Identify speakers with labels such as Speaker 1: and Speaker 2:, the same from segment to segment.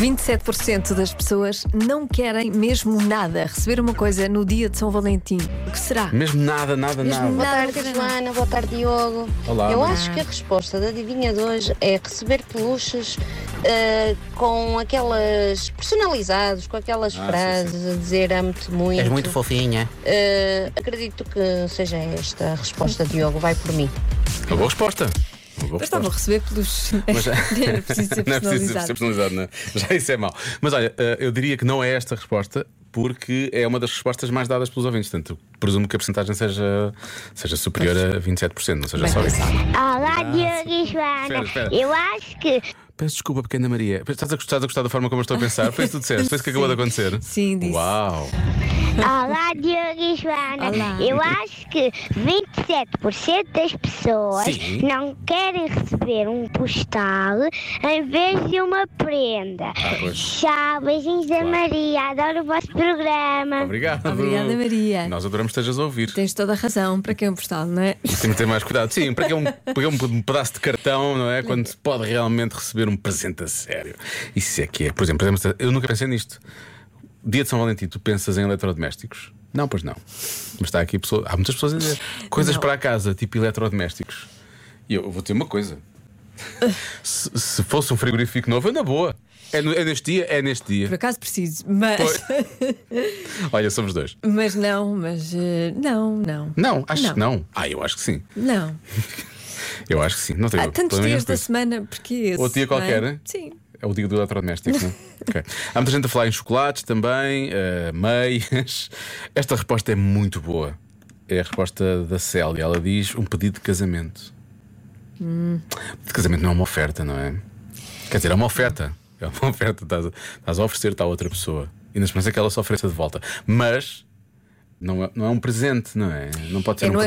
Speaker 1: 27% das pessoas não querem mesmo nada receber uma coisa no dia de São Valentim. O que será?
Speaker 2: Mesmo nada, nada,
Speaker 1: Mesmo
Speaker 2: nada.
Speaker 3: Boa
Speaker 1: Nada,
Speaker 3: tarde,
Speaker 1: não quero
Speaker 3: Joana. Boa tarde, Diogo.
Speaker 2: Olá,
Speaker 3: Eu
Speaker 2: Ana.
Speaker 3: acho que a resposta da adivinha de hoje é receber peluches eh, com aquelas personalizados, com aquelas
Speaker 2: Ah,
Speaker 3: frases a dizer amo-te muito.
Speaker 4: És muito fofinha.
Speaker 3: Eh, acredito que seja esta a resposta, Diogo. Vai por mim.
Speaker 2: Uma É boa resposta. Uma boa
Speaker 1: Mas estava a
Speaker 2: resposta.
Speaker 1: receber pelos.
Speaker 2: Mas- é
Speaker 1: Nem era preciso ser
Speaker 2: Não é preciso ser
Speaker 1: personalizado.
Speaker 2: personalizado, não é? Já isso é mau. Mas olha, eh, eu diria que não é esta a resposta, porque é uma das respostas mais dadas pelos ouvintes. Portanto, presumo que a porcentagem seja, seja superior a 27%, não seja
Speaker 1: Bem
Speaker 2: só isso.
Speaker 1: pensado.
Speaker 5: Olá, Diogo e Joana.
Speaker 2: Ah, Espera, espera.
Speaker 5: Eu acho que
Speaker 2: Peço desculpa, pequena Maria. Estás a gostar, estás a gostar da forma como eu estou a pensar? Foi isso que tu disseste? Foi isso que acabou de
Speaker 1: Sim.
Speaker 2: acontecer?
Speaker 1: Sim, disse.
Speaker 2: Uau!
Speaker 5: Olá, Diogo e Joana.
Speaker 1: Olá.
Speaker 5: Eu acho que 27% das pessoas
Speaker 2: Sim.
Speaker 5: não querem receber um postal em vez de uma prenda.
Speaker 2: Ah, pois.
Speaker 5: Tchau, beijinhos da Maria. Adoro o vosso programa.
Speaker 2: Obrigado.
Speaker 1: Obrigada, Maria.
Speaker 2: Nós adoramos que estejas a ouvir.
Speaker 1: Tens toda a razão para quem é um postal, não é?
Speaker 2: Tem que ter mais cuidado. Sim, para que é um, para que é um pedaço de cartão, não é? Quando se pode realmente receber um presente a sério. Isso é que é. Por exemplo, por exemplo, eu nunca pensei nisto. Dia de São Valentim, tu pensas em eletrodomésticos? Não, pois não. Mas está aqui pessoa, há muitas pessoas a dizer coisas
Speaker 1: Não.
Speaker 2: para a casa, tipo eletrodomésticos. E eu vou ter uma coisa. Se, se fosse um frigorífico novo, é na boa. É, no- é neste dia, é neste
Speaker 1: Por
Speaker 2: dia.
Speaker 1: acaso preciso, mas.
Speaker 2: Pois. Olha, somos dois.
Speaker 1: Mas não, mas. eh, Não, não.
Speaker 2: Não, acho
Speaker 1: Não.
Speaker 2: que não. Ah, eu acho que sim.
Speaker 1: Não.
Speaker 2: Eu acho que sim. Não tenho
Speaker 1: Há tantos
Speaker 2: problema nenhum
Speaker 1: dias
Speaker 2: com
Speaker 1: da
Speaker 2: isso.
Speaker 1: semana, porque esse.
Speaker 2: Outro dia
Speaker 1: não é?
Speaker 2: qualquer, né?
Speaker 1: Sim.
Speaker 2: É o dia do eletrodoméstico, não é? Ok. Há muita gente a falar em chocolates também, eh, meias. Esta resposta é muito boa. É a resposta da Célia. Ela diz um pedido de casamento.
Speaker 1: Hum.
Speaker 2: Pedido de casamento não é uma oferta, não é? Quer dizer, é uma oferta. É uma oferta. Estás a, estás a oferecer-te à outra pessoa. E na esperança que ela se ofereça de volta. Mas não é, não é um presente, não é? Não pode ser
Speaker 1: É,
Speaker 2: um
Speaker 1: não é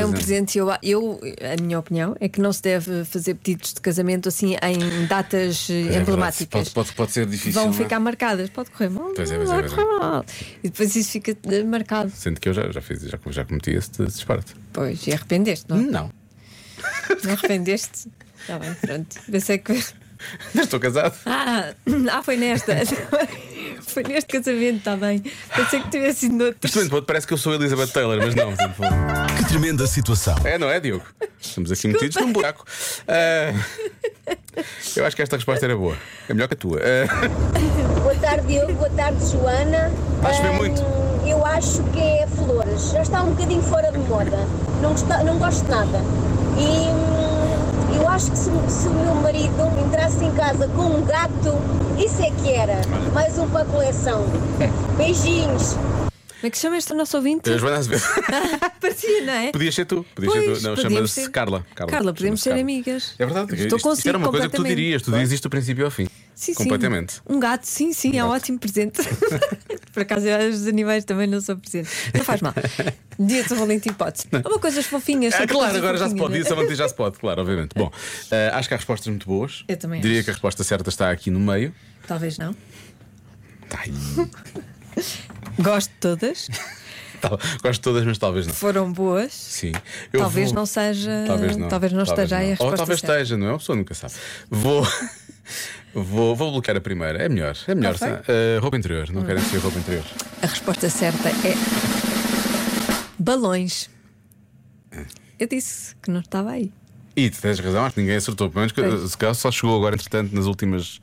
Speaker 1: um presente.
Speaker 2: presente.
Speaker 1: Eu, eu, a minha opinião é que não se deve fazer pedidos de casamento assim em datas eh,
Speaker 2: Pois é, verdade.
Speaker 1: emblemáticas.
Speaker 2: Pode, pode, pode ser difícil.
Speaker 1: Vão
Speaker 2: não é?
Speaker 1: ficar marcadas, pode correr mal.
Speaker 2: Pois é,
Speaker 1: não
Speaker 2: pois
Speaker 1: vai
Speaker 2: é, pois é.
Speaker 1: correr mal. E depois isso fica eh, marcado.
Speaker 2: Sendo que eu já, já, fiz, já, já cometi esse disparate.
Speaker 1: Pois, e arrependeste, não? é?
Speaker 2: Não.
Speaker 1: Não arrependeste? Está bem, pronto. Pensei que.
Speaker 2: Não estou casado.
Speaker 1: Ah, ah, foi nesta. Foi neste casamento, está bem. Pensei que tivesse sido noutro.
Speaker 2: Isto mesmo, pô, parece que eu sou a Elizabeth Taylor, mas não. portanto, pô.
Speaker 6: Que tremenda situação.
Speaker 2: É, não é, Diogo? Estamos aqui metidos num buraco. Ah, eu acho que esta resposta era boa. É melhor que a tua. Ah,
Speaker 7: Boa tarde, Diogo. Boa tarde, Joana.
Speaker 2: Acho bem
Speaker 7: Ahm,
Speaker 2: muito.
Speaker 7: Eu acho que é flores. Já está um bocadinho fora de moda. Não, gosta- não gosto de nada. E hum, eu acho que se, se o meu marido entrasse em casa com um gato, isso é que era. Mais um para a coleção. Beijinhos.
Speaker 1: Como é que se chama este nosso ouvinte?
Speaker 2: a Joana Azevedo.
Speaker 1: Parecia, não é?
Speaker 2: Podias ser tu.
Speaker 1: Pois,
Speaker 2: Podias ser tu. Não,
Speaker 1: podíamos
Speaker 2: chama-se
Speaker 1: ser.
Speaker 2: Carla. Carla,
Speaker 1: Carla, podemos
Speaker 2: Chama-se
Speaker 1: ser
Speaker 2: Carla.
Speaker 1: amigas.
Speaker 2: É verdade.
Speaker 1: Estou
Speaker 2: isto, isto
Speaker 1: consigo
Speaker 2: era uma coisa que tu
Speaker 1: completamente.
Speaker 2: dirias. Tu dizes isto do princípio ao fim.
Speaker 1: Sim,
Speaker 2: completamente.
Speaker 1: Sim. Um gato, sim, sim, é um ótimo presente. Por acaso, eu aos animais também não sou presente. Não faz mal. Dia de São Valentim pode-se. Há uma coisas fofinhas.
Speaker 2: Ah,
Speaker 1: são
Speaker 2: claro,
Speaker 1: coisas
Speaker 2: agora já se pode.
Speaker 1: fofinhas,
Speaker 2: Isso é a já se pode, claro, obviamente. Bom, ah, acho que há respostas muito boas.
Speaker 1: Eu também
Speaker 2: Diria
Speaker 1: acho.
Speaker 2: que a resposta certa está aqui no meio.
Speaker 1: não é? Talvez não.
Speaker 2: Tá aí.
Speaker 1: Gosto de todas,
Speaker 2: Tal- Gosto de todas, mas talvez não.
Speaker 1: foram boas.
Speaker 2: Sim. Eu
Speaker 1: talvez
Speaker 2: vou-
Speaker 1: não seja.
Speaker 2: Talvez não.
Speaker 1: esteja aí a
Speaker 2: Ou
Speaker 1: resposta.
Speaker 2: talvez
Speaker 1: certa.
Speaker 2: esteja, não é? Uma pessoa nunca sabe. Vou. Vou, vou bloquear a primeira, é melhor. É melhor.
Speaker 1: Ok.
Speaker 2: tá? Ah, roupa interior, não quero ser roupa interior.
Speaker 1: A resposta certa é. Balões. Eu disse que não estava aí.
Speaker 2: E tu tens razão, acho que ninguém acertou. Pelo menos que,
Speaker 1: Pois.
Speaker 2: se calhar só chegou agora, entretanto, nas últimas.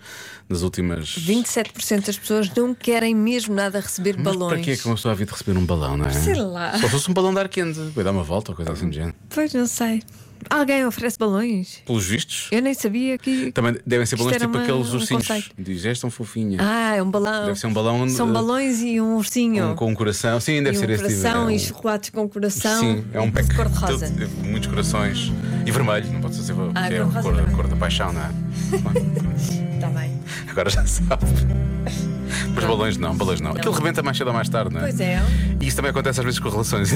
Speaker 2: Nas últimas...
Speaker 1: 27% das pessoas não querem mesmo nada receber
Speaker 2: Mas
Speaker 1: balões.
Speaker 2: Para que é que uma pessoa havia de receber um balão, não é?
Speaker 1: Sei lá.
Speaker 2: Só fosse um balão de ar quente, vai dar uma volta ou coisa assim do género.
Speaker 1: Pois não sei. Alguém oferece balões?
Speaker 2: Pelos vistos,
Speaker 1: Eu nem sabia que.
Speaker 2: também devem ser
Speaker 1: Isto
Speaker 2: balões
Speaker 1: era
Speaker 2: tipo
Speaker 1: uma-
Speaker 2: aqueles
Speaker 1: um
Speaker 2: ursinhos.
Speaker 1: conceito.
Speaker 2: Diz, és tão fofinha.
Speaker 1: Ah, é um balão.
Speaker 2: Deve ser um balão,
Speaker 1: São
Speaker 2: eh,
Speaker 1: balões e um ursinho.
Speaker 2: Um com um coração, sim,
Speaker 1: e
Speaker 2: deve
Speaker 1: um
Speaker 2: ser esse tipo,
Speaker 1: coração
Speaker 2: é
Speaker 1: e
Speaker 2: um-
Speaker 1: chocolates com coração.
Speaker 2: Sim, é um pack
Speaker 1: de cor-de-rosa.
Speaker 2: todo- Muitos corações e vermelho, não pode ser porque
Speaker 1: Ah,
Speaker 2: é a
Speaker 1: cor-de-rosa
Speaker 2: cor,
Speaker 1: também.
Speaker 2: cor da paixão, não é?
Speaker 1: Está Tá bem.
Speaker 2: Agora já sabe. Mas balões não, balões não. Aquilo rebenta mais cedo ou mais tarde, não é?
Speaker 1: Pois é.
Speaker 2: E isso também acontece às vezes com relações.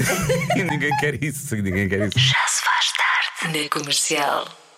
Speaker 2: e ninguém quer isso, ninguém quer isso.
Speaker 8: Já se faz tarde na comercial.